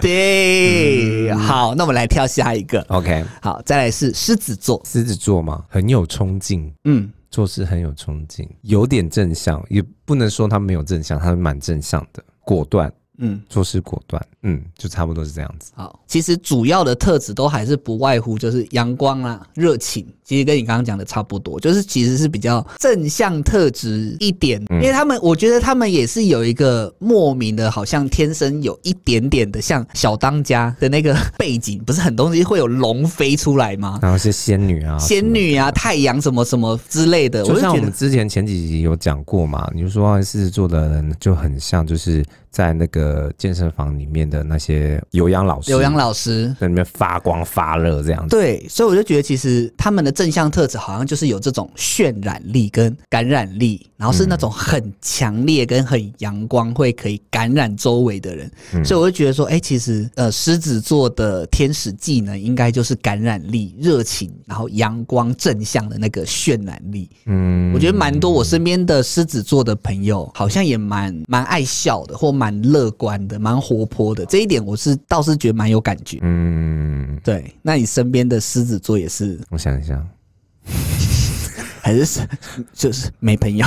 Speaker 1: (laughs) 对，
Speaker 2: 嗯
Speaker 1: 好，那我们来挑下一个。
Speaker 2: OK，
Speaker 1: 好，再来是狮子座，
Speaker 2: 狮子座嘛，很有冲劲，
Speaker 1: 嗯，
Speaker 2: 做事很有冲劲，有点正向，也不能说他没有正向，他蛮正向的，果断，
Speaker 1: 嗯，
Speaker 2: 做事果断，嗯，就差不多是这样子。
Speaker 1: 好，其实主要的特质都还是不外乎就是阳光啦、热情，其实跟你刚刚讲的差不多，就是其实是比较正向特质一点，
Speaker 2: 嗯
Speaker 1: 因为他们我觉得他们也是有一个莫名的，好像天生有一点点的像小当家的那个背景，不是很多东西会有龙飞出来吗？
Speaker 2: 然后是仙女啊，
Speaker 1: 仙女啊，太阳什么什么之类的，
Speaker 2: 什么的，
Speaker 1: 就
Speaker 2: 就像我
Speaker 1: 觉得
Speaker 2: 们之前前几集有讲过嘛，你就说狮子座的人就很像，就是在那个健身房里面的那些有氧老师，
Speaker 1: 刘洋老师
Speaker 2: 在里面发光发热这样子。
Speaker 1: 对，所以我就觉得，其实他们的正向特质好像就是有这种渲染力跟感染力，然
Speaker 2: 嗯
Speaker 1: 后是那种很强烈跟很阳光，会可以感染周围的人。
Speaker 2: 嗯
Speaker 1: 所以我就觉得说，哎、其实呃，狮子座的天使技能应该就是感染力、热情，然后阳光正向的那个渲染力。
Speaker 2: 嗯
Speaker 1: 我觉得蛮多我身边的狮子座的朋友，好像也蛮蛮爱笑的，或蛮乐观的，蛮活泼的。这一点我是倒是觉得蛮有感觉。
Speaker 2: 嗯，
Speaker 1: 对，那你身边的狮子座也是， (laughs)
Speaker 2: 我想一下，
Speaker 1: 还是是就是没朋友？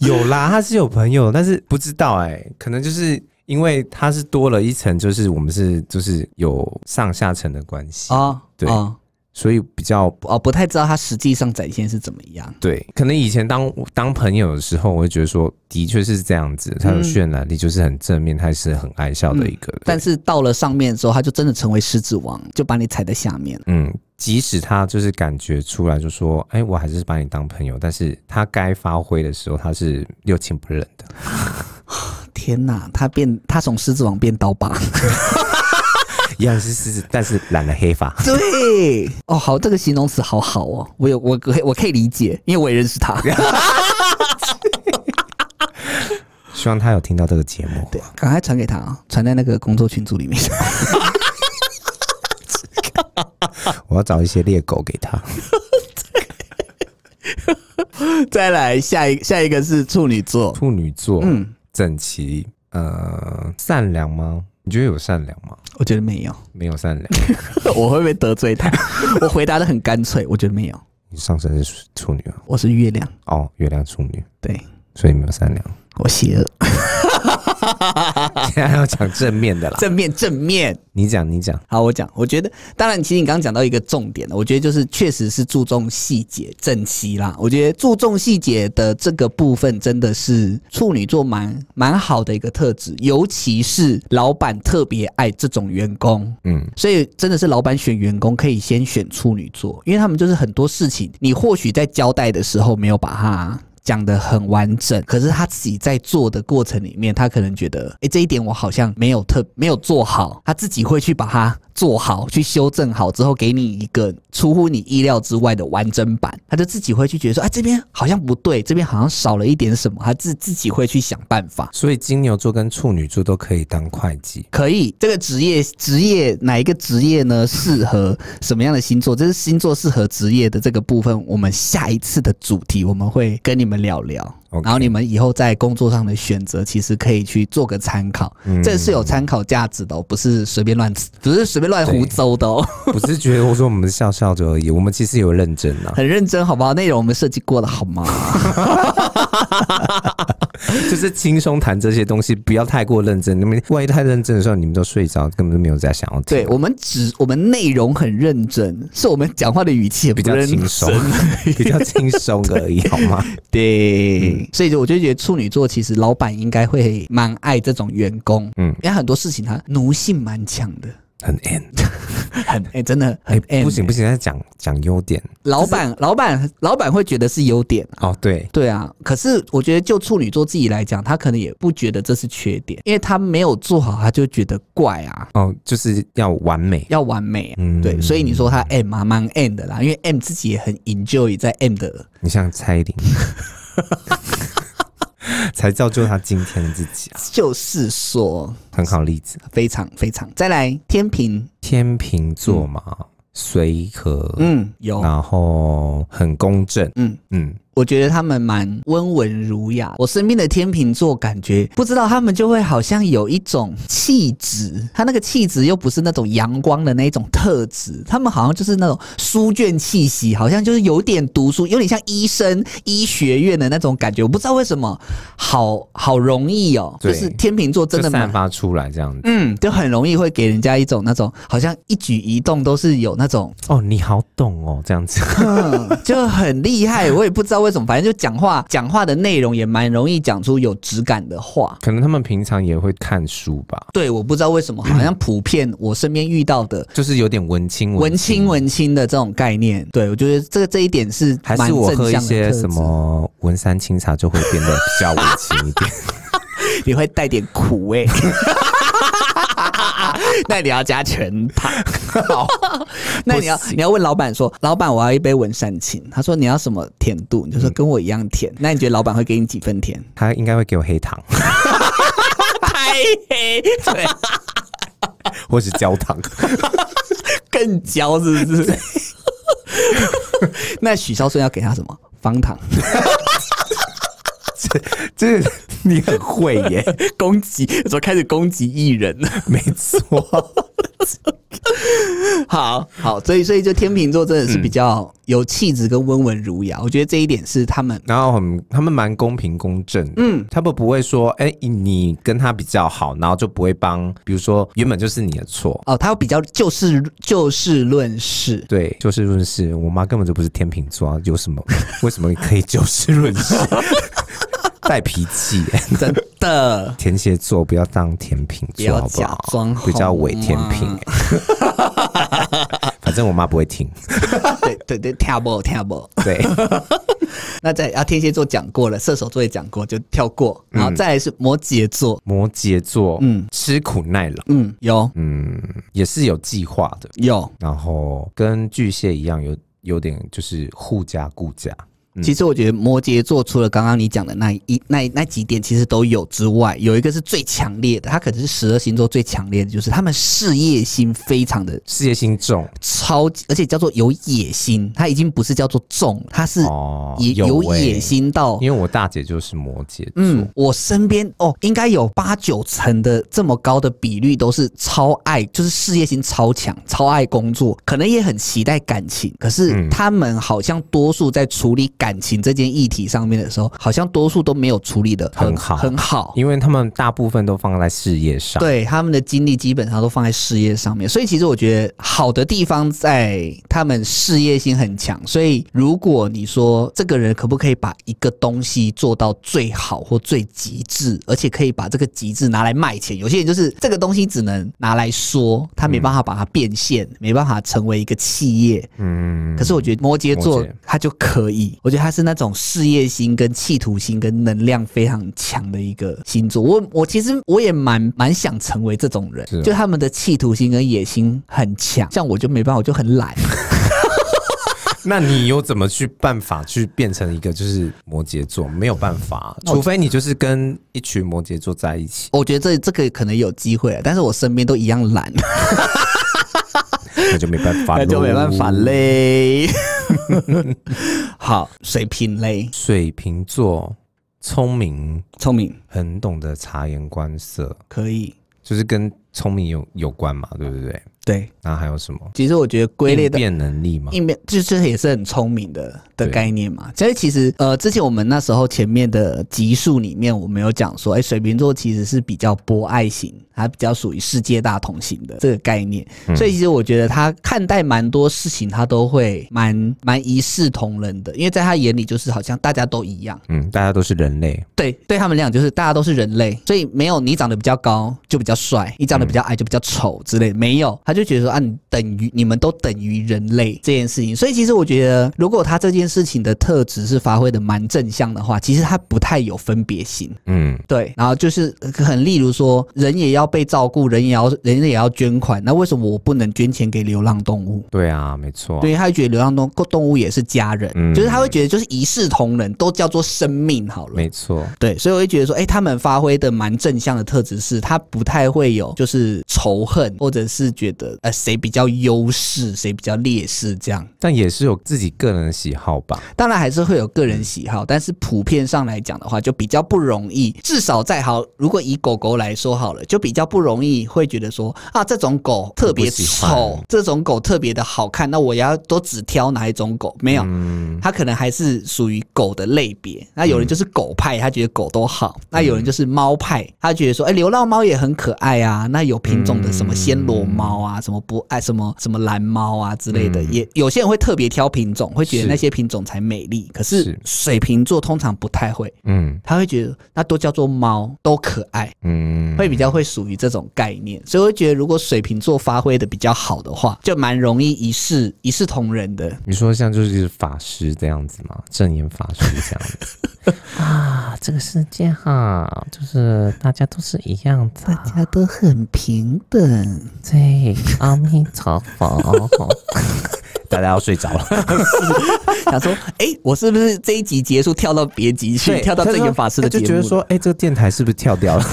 Speaker 2: 有啦，他是有朋友，但是不知道哎、可能就是因为它是多了一层，就是我们是就是有上下层的关系，
Speaker 1: (laughs) 哦，
Speaker 2: 对
Speaker 1: 哦，
Speaker 2: 所以比较
Speaker 1: 不哦，不太知道它实际上展现是怎么样。
Speaker 2: 对，可能以前当当朋友的时候，我会觉得说，的确是这样子，他有渲染力，就是很正面，他是很爱笑的一个人。
Speaker 1: 嗯但是到了上面之后，他就真的成为狮子王，就把你踩在下面了。
Speaker 2: 嗯，即使他就是感觉出来，就说，哎、我还是把你当朋友，但是他该发挥的时候，他是六亲不认
Speaker 1: (laughs)
Speaker 2: 的。
Speaker 1: 天哪，他变他从狮子王变刀疤。
Speaker 2: 一样是狮子，但是染了黑发。
Speaker 1: 对， (laughs) 哦，好，这个形容词好好哦，我有我可以我可以理解，因为我也认识他。
Speaker 2: 希望他有听到这个节目。
Speaker 1: 对，赶快传给他啊，传在那个工作群组里面。 (laughs)
Speaker 2: 我要找一些猎狗给他。
Speaker 1: 再来下一下一个是处女座，
Speaker 2: 处女座，
Speaker 1: 嗯，
Speaker 2: 整齐，呃，善良吗？你觉得有善良吗？
Speaker 1: 我觉得没有，
Speaker 2: 没有善 (laughs) 良。
Speaker 1: (laughs) 我会不会得罪他？ (laughs) 我回答的很干脆，我觉得没有，
Speaker 2: 你上身是处女啊？
Speaker 1: 我是月亮，
Speaker 2: 哦，月亮处女，
Speaker 1: 对
Speaker 2: 所以没有善良。
Speaker 1: 我邪恶， (laughs)
Speaker 2: 现在 (laughs) 要讲正面 (laughs) 的啦，
Speaker 1: 正面正面。
Speaker 2: 你讲，你讲，
Speaker 1: 好，我讲，我觉得，当然，其实你刚刚讲到一个重点了，我觉得就是确实是注重细节、整齐啦。我觉得注重细节的这个部分，真的是处女座蛮蛮好的一个特质，尤其是老板特别爱这种员工。
Speaker 2: 嗯，
Speaker 1: 所以真的是老板选员工可以先选处女座，因为他们就是很多事情，你或许在交代的时候没有把它。讲得很完整，可是他自己在做的过程里面，他可能觉得，诶，这一点我好像没有特没有做好，他自己会去把它做好，去修正好之后，给你一个出乎你意料之外的完整版，他就自己会去觉得说，啊，这边好像不对，这边好像少了一点什么，他自自己会去想办法。
Speaker 2: 所以金牛座跟处女座都可以当会计。 (laughs)
Speaker 1: 可以，这个职业职业哪一个职业呢？适合什么样的星座？这是星座适合职业的这个部分，我们下一次的主题我们会跟你们聊聊
Speaker 2: OK
Speaker 1: 然后你们以后在工作上的选择，其实可以去做个参考，
Speaker 2: 嗯
Speaker 1: 这是有参考价值的、哦，不是随便乱，不是随便乱胡诌的哦，
Speaker 2: 我只是觉得，我说我们笑笑着而已，我们其实有认真 (laughs) 啊，
Speaker 1: 很认真好不好？内容我们设计过的好吗？
Speaker 2: 就是轻松谈这些东西，不要太过认真。你们万一太认真的时候，你们都睡着，根本就没有在想要听。
Speaker 1: 对我们只我们内容很认真，是我们讲话的语气也不
Speaker 2: 比较
Speaker 1: 认
Speaker 2: 轻松
Speaker 1: 真
Speaker 2: (laughs) 比较轻松而已，好吗？
Speaker 1: 对，
Speaker 2: 嗯
Speaker 1: 所以就我就觉得处女座其实老板应该会蛮爱这种员工，
Speaker 2: 嗯
Speaker 1: 嗯，因为很多事情他奴性蛮强的，
Speaker 2: 很 end，
Speaker 1: (laughs) 很哎、 (laughs) 真的
Speaker 2: 哎、
Speaker 1: 很 M
Speaker 2: 不行不行，要讲讲优点
Speaker 1: 老板老板老板会觉得是优点。
Speaker 2: 哦。对，
Speaker 1: 对啊，可是我觉得就处女座自己来讲，他可能也不觉得这是缺点，因为他没有做好，他就觉得怪啊，
Speaker 2: 哦，就是要完美。
Speaker 1: 要完美、啊，
Speaker 2: 嗯
Speaker 1: 对，所以你说他 M 啊，蛮 M 的啦，因为 M 自己也很 enjoy 在 M 的
Speaker 2: 你像
Speaker 1: (laughs)
Speaker 2: 蔡依林，才造就他今天的自己啊，
Speaker 1: 就是说
Speaker 2: 很好例子。啊
Speaker 1: 非常非常。再来天平，
Speaker 2: 天秤座嘛，随、和，
Speaker 1: 嗯，有，
Speaker 2: 然后很公正，
Speaker 1: 嗯，
Speaker 2: 嗯，
Speaker 1: 我觉得他们蛮温文儒雅。我身边的天秤座，感觉不知道他们就会好像有一种气质，他那个气质又不是那种阳光的那一种特质，他们好像就是那种书卷气息，好像就是有点读书，有点像医生、医学院的那种感觉。我不知道为什么，好好容易哦，
Speaker 2: 对
Speaker 1: 就是天秤座真
Speaker 2: 就
Speaker 1: 的蛮
Speaker 2: (laughs) 散发出来这样子。
Speaker 1: 嗯，就很容易会给人家一种那种好像一举一动都是有那种
Speaker 2: 哦，你好懂哦，这样子。 (laughs)
Speaker 1: 嗯， (laughs) 就很厉害，我也不知道为什么，反正就讲话讲话的内容也蛮容易讲出有质感的话。
Speaker 2: 可能他们平常也会看书吧，
Speaker 1: 对，我不知道为什么，好像普遍我身边遇到的
Speaker 2: 就是有点文青
Speaker 1: 文
Speaker 2: 青
Speaker 1: 青文青的这种概念，对我觉得这这一点是
Speaker 2: 还
Speaker 1: 蛮
Speaker 2: 是我喝
Speaker 1: 正
Speaker 2: 一
Speaker 1: 向的
Speaker 2: 些
Speaker 1: 特质
Speaker 2: 什，么文山清茶就会变得比较文青一点。
Speaker 1: 你会带点苦味。 (laughs) 那你要加全
Speaker 2: (laughs)
Speaker 1: 糖，那你要
Speaker 2: 不行
Speaker 1: 你要问老板说，老板我要一杯文山青，他说你要什么甜度，你就
Speaker 2: 嗯
Speaker 1: 说跟我一样甜，那你觉得老板会给你几分
Speaker 2: (laughs)
Speaker 1: 甜？
Speaker 2: 他应该会给我黑糖 (laughs)
Speaker 1: 太黑， (laughs) 对，
Speaker 2: 或是焦 (laughs) 糖，
Speaker 1: 更焦是不 (laughs) 是？那许孝顺要给他什么？方糖，
Speaker 2: 这你很会耶，
Speaker 1: (laughs) 攻击，怎么开始攻击艺人 (laughs) 了？
Speaker 2: 没错。
Speaker 1: 好好，所以所以就天秤座真的是比较有气质跟温文儒雅，我觉得这一点是他们
Speaker 2: 然后很他们蛮公平公正的，嗯，他们不会说，哎、你跟他比较好，然后就不会帮，比如说原本就是你的错。
Speaker 1: 哦，他比较就事就事论事。
Speaker 2: 对，就事论事。我妈根本就不是天秤座、啊，有什么？ (laughs) 为什么可以就事论事？ (laughs) 带脾气、
Speaker 1: 真 (laughs) 的
Speaker 2: 天蝎座不要当天秤
Speaker 1: 不
Speaker 2: 座，
Speaker 1: 要
Speaker 2: 好不
Speaker 1: 假装啊
Speaker 2: 好？比较伪天平、 (laughs) 反正我妈不会听。
Speaker 1: 对对对，跳不跳不？
Speaker 2: 对，
Speaker 1: 那在啊，天蝎座讲过了，射手座也讲过，就跳过。然后再来是摩羯座，
Speaker 2: 摩羯座，
Speaker 1: 嗯
Speaker 2: 嗯，吃苦耐劳，
Speaker 1: 嗯，有
Speaker 2: 嗯，也是有计划的。
Speaker 1: 有。
Speaker 2: 然后跟巨蟹一样有，有点就是护家顾家。
Speaker 1: 其实我觉得摩羯座除了刚刚你讲的那一那那几点其实都有之外，有一个是最强烈的，它可能是十二星座最强烈的，就是他们事业心非常的
Speaker 2: 事业心重
Speaker 1: 超级，而且叫做有野心，它已经不是叫做重，它是
Speaker 2: 哦，
Speaker 1: 也有
Speaker 2: 欸
Speaker 1: 野，心到。
Speaker 2: 因为我大姐就是摩羯座，
Speaker 1: 哦嗯，我身边哦，应该有八九成的这么高的比率都是超爱，就是事业心超强，超爱工作，可能也很期待感情。
Speaker 2: 嗯
Speaker 1: 可是他们好像多数在处理感情这件议题上面的时候，好像多数都没有处理的
Speaker 2: 很好
Speaker 1: 很好。
Speaker 2: 因为他们大部分都放在事业上。，
Speaker 1: 对，他们的精力基本上都放在事业上面，所以其实我觉得好的地方在他们事业心很强。所以如果你说这个人可不可以把一个东西做到最好或最极致，而且可以把这个极致拿来卖钱，有些人就是这个东西只能拿来说，他没办法把它变现，没办法成为一个企业。
Speaker 2: 嗯，
Speaker 1: 可是我觉得摩羯座
Speaker 2: 摩羯
Speaker 1: 他就可以，我觉得他是那种事业心、跟企图心、跟能量非常强的一个星座。我我其实我也蛮蛮想成为这种人，
Speaker 2: 是哦
Speaker 1: 就他们的企图心跟野心很强。像我就没办法，我就很懒。，
Speaker 2: 那你有怎么去办法去变成一个就是摩羯座？没有办法，除非你就是跟一群摩羯座在一起
Speaker 1: (laughs) 我觉得这这个可能有机会啊，但是我身边都一样 (laughs) 懒，
Speaker 2: 那就没办法，
Speaker 1: 那就没办法。嘞。 (laughs) 好，水瓶嘞，
Speaker 2: 水瓶座聪明，
Speaker 1: 聪明
Speaker 2: 很懂得察言观色，
Speaker 1: 可以，
Speaker 2: 就是跟聪明有有关嘛，对不对？
Speaker 1: 对。
Speaker 2: 然后还有什么
Speaker 1: 其实我觉得归类
Speaker 2: 应
Speaker 1: 的
Speaker 2: 变能力嘛？
Speaker 1: 应变就是也是很聪明的的
Speaker 2: 对
Speaker 1: 概念嘛。所以其实呃，之前我们那时候前面的集数里面，我们有讲说，哎、水瓶座其实是比较博爱型，它比较属于世界大同型的这个概念。所以其实我觉得他看待蛮多事情，他都会蛮蛮一视同仁的，因为在他眼里就是好像大家都一样。
Speaker 2: 嗯，大家都是人类，
Speaker 1: 对，对他们来讲就是大家都是人类，所以没有你长得比较高就比较帅，你长得比较矮就比较丑之类的，没有，他就觉得说啊，你等于你们都等于人类这件事情。所以其实我觉得，如果他这件事情的特质是发挥的蛮正向的话，其实他不太有分别心。
Speaker 2: 嗯，
Speaker 1: 对，然后就是呃很，例如说，人也要被照顾，人也要人也要捐款，那为什么我不能捐钱给流浪动物？
Speaker 2: 对啊，没错，
Speaker 1: 对，他会觉得流浪动动物也是家人，
Speaker 2: 嗯
Speaker 1: 就是他会觉得就是一视同仁，都叫做生命好了。
Speaker 2: 没错，
Speaker 1: 对，所以我会觉得说，哎、他们发挥的蛮正向的特质是，他不太会有就是仇恨，或者是觉得呃谁比较优势，谁比较劣势这样。
Speaker 2: 但也是有自己个人的喜好吧。
Speaker 1: 当然还是会有个人喜好，但是普遍上来讲的话，就比较不容易。至少在好，如果以狗狗来说好了，就比较不容易会觉得说啊，这种狗特别
Speaker 2: 我不喜欢
Speaker 1: 丑，这种狗特别的好看，那我要都只挑哪一种狗？没有，
Speaker 2: 嗯，
Speaker 1: 它可能还是属于狗的类别。那有人就是狗派，他觉得狗都好；那
Speaker 2: 嗯
Speaker 1: 有人就是猫派，他觉得说，哎、流浪猫也很可爱啊。那有品种的什么暹罗
Speaker 2: 嗯
Speaker 1: 猫啊，什么不爱什么什么蓝猫啊之类的，也有些人会特别挑品种，会觉得
Speaker 2: 嗯是
Speaker 1: 那些品种才美丽。可是
Speaker 2: 是
Speaker 1: 水瓶座通常不太会，
Speaker 2: 嗯
Speaker 1: 他会觉得那都叫做猫，都可爱。
Speaker 2: 嗯，
Speaker 1: 会比较会属于这种概念，所以我会觉得，如果水瓶座发挥的比较好的话，就蛮容易一视一视同仁的。
Speaker 2: 你说像就是法师这样子嘛，正言法师这样
Speaker 1: (laughs)
Speaker 2: 子啊，这个世界哈，就是大家都是一样的，
Speaker 1: 家都很平等。
Speaker 2: 对，阿弥陀佛，大家要睡着了，
Speaker 1: (laughs) 想说，哎、我是不是这一集结束跳到别集去，
Speaker 2: 对
Speaker 1: 跳到正言法师的
Speaker 2: 他
Speaker 1: 节
Speaker 2: 就
Speaker 1: 目？
Speaker 2: 觉得说，，哎、这个电台是不是跳掉了？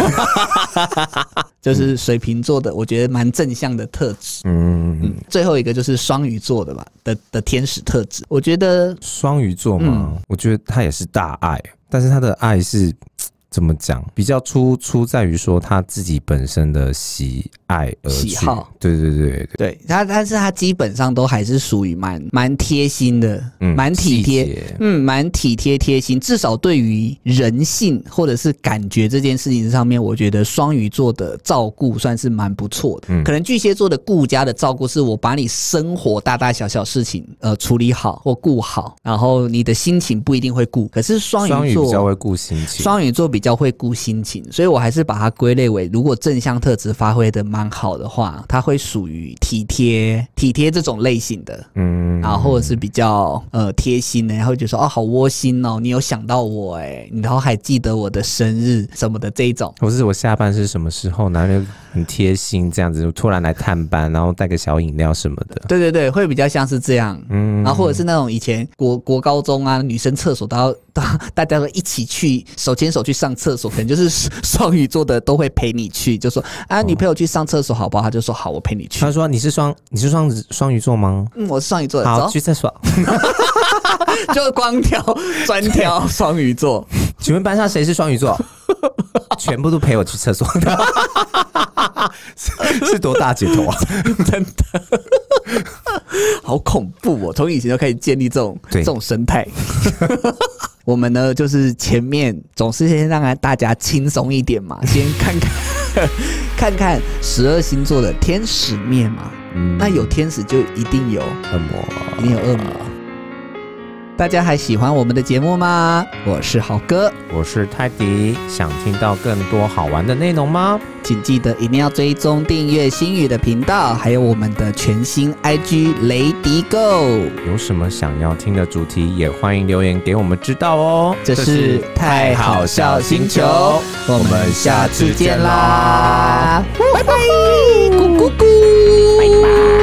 Speaker 1: 就是水瓶座的，我觉得蛮正向的特质。
Speaker 2: 嗯，
Speaker 1: 最后一个就是双鱼座的吧，的的天使特质，我觉得嗯
Speaker 2: 双鱼座嘛，我觉得他也是大爱，但是他的爱是。怎么讲，比较出出在于说他自己本身的喜爱而去。
Speaker 1: 喜好
Speaker 2: 对对对对，
Speaker 1: 对他，但是他基本上都还是属于蛮蛮贴心的，
Speaker 2: 嗯
Speaker 1: 蛮体
Speaker 2: 细
Speaker 1: 贴
Speaker 2: 节，
Speaker 1: 嗯，蛮体贴贴心。至少对于人性或者是感觉这件事情上面，我觉得双鱼座的照顾算是蛮不错的。
Speaker 2: 嗯
Speaker 1: 可能巨蟹座的顾家的照顾，是我把你生活大大小小事情呃处理好或顾好，然后你的心情不一定会顾。可是双
Speaker 2: 双
Speaker 1: 鱼
Speaker 2: 鱼
Speaker 1: 座
Speaker 2: 比较会顾心情。
Speaker 1: 双鱼座比较会顾心情，所以我还是把它归类为，如果正向特质发挥的蛮好的话，它会属于体贴、体贴这种类型的，
Speaker 2: 嗯
Speaker 1: 然后或者是比较呃贴心的，然后就说哦好窝心哦，你有想到我哎，然后还记得我的生日什么的这一种。
Speaker 2: 或是我下班是什么时候，然后就很贴心这样子，突然来探班，然后带个小饮料什么的。
Speaker 1: 对对对，会比较像是这样，
Speaker 2: 嗯
Speaker 1: 然后或者是那种以前国国高中啊，女生厕所都要都 (laughs) 大家都一起去手牵手去上厕所，可能就是 (laughs) 双鱼座的都会陪你去，就说啊，你陪我去上厕所好不好？他就说好，我陪你去
Speaker 2: 他。说：“你是双，你是双子双鱼座吗？
Speaker 1: 嗯，我是双鱼座的，
Speaker 2: 好，
Speaker 1: 走，
Speaker 2: 去厕所。
Speaker 1: 就光挑专挑双鱼座。
Speaker 2: 请问班上谁是双鱼
Speaker 1: (laughs)
Speaker 2: 座？全部都陪我去厕所。是是多大姐头啊？
Speaker 1: 好恐怖哦！从以前就开始建立这种
Speaker 2: 对
Speaker 1: 这种生态。 (laughs) 我们呢，就是前面总是先让大家轻松一点嘛，先看看 (laughs) 看看十二星座的天使面嘛。
Speaker 2: 嗯
Speaker 1: 那有天使就一定有，
Speaker 2: 恶魔。
Speaker 1: 一定有恶魔。大家还喜欢我们的节目吗？我是豪哥，
Speaker 2: 我是泰迪，想听到更多好玩的内容吗？
Speaker 1: 请记得一定要追踪订阅星宇的频道，还有我们的全新 IG 雷迪 Go。
Speaker 2: 有什么想要听的主题，也欢迎留言给我们知道哦。
Speaker 1: 这是太好笑星球，我们下次见啦，拜拜，咕咕咕，拜拜。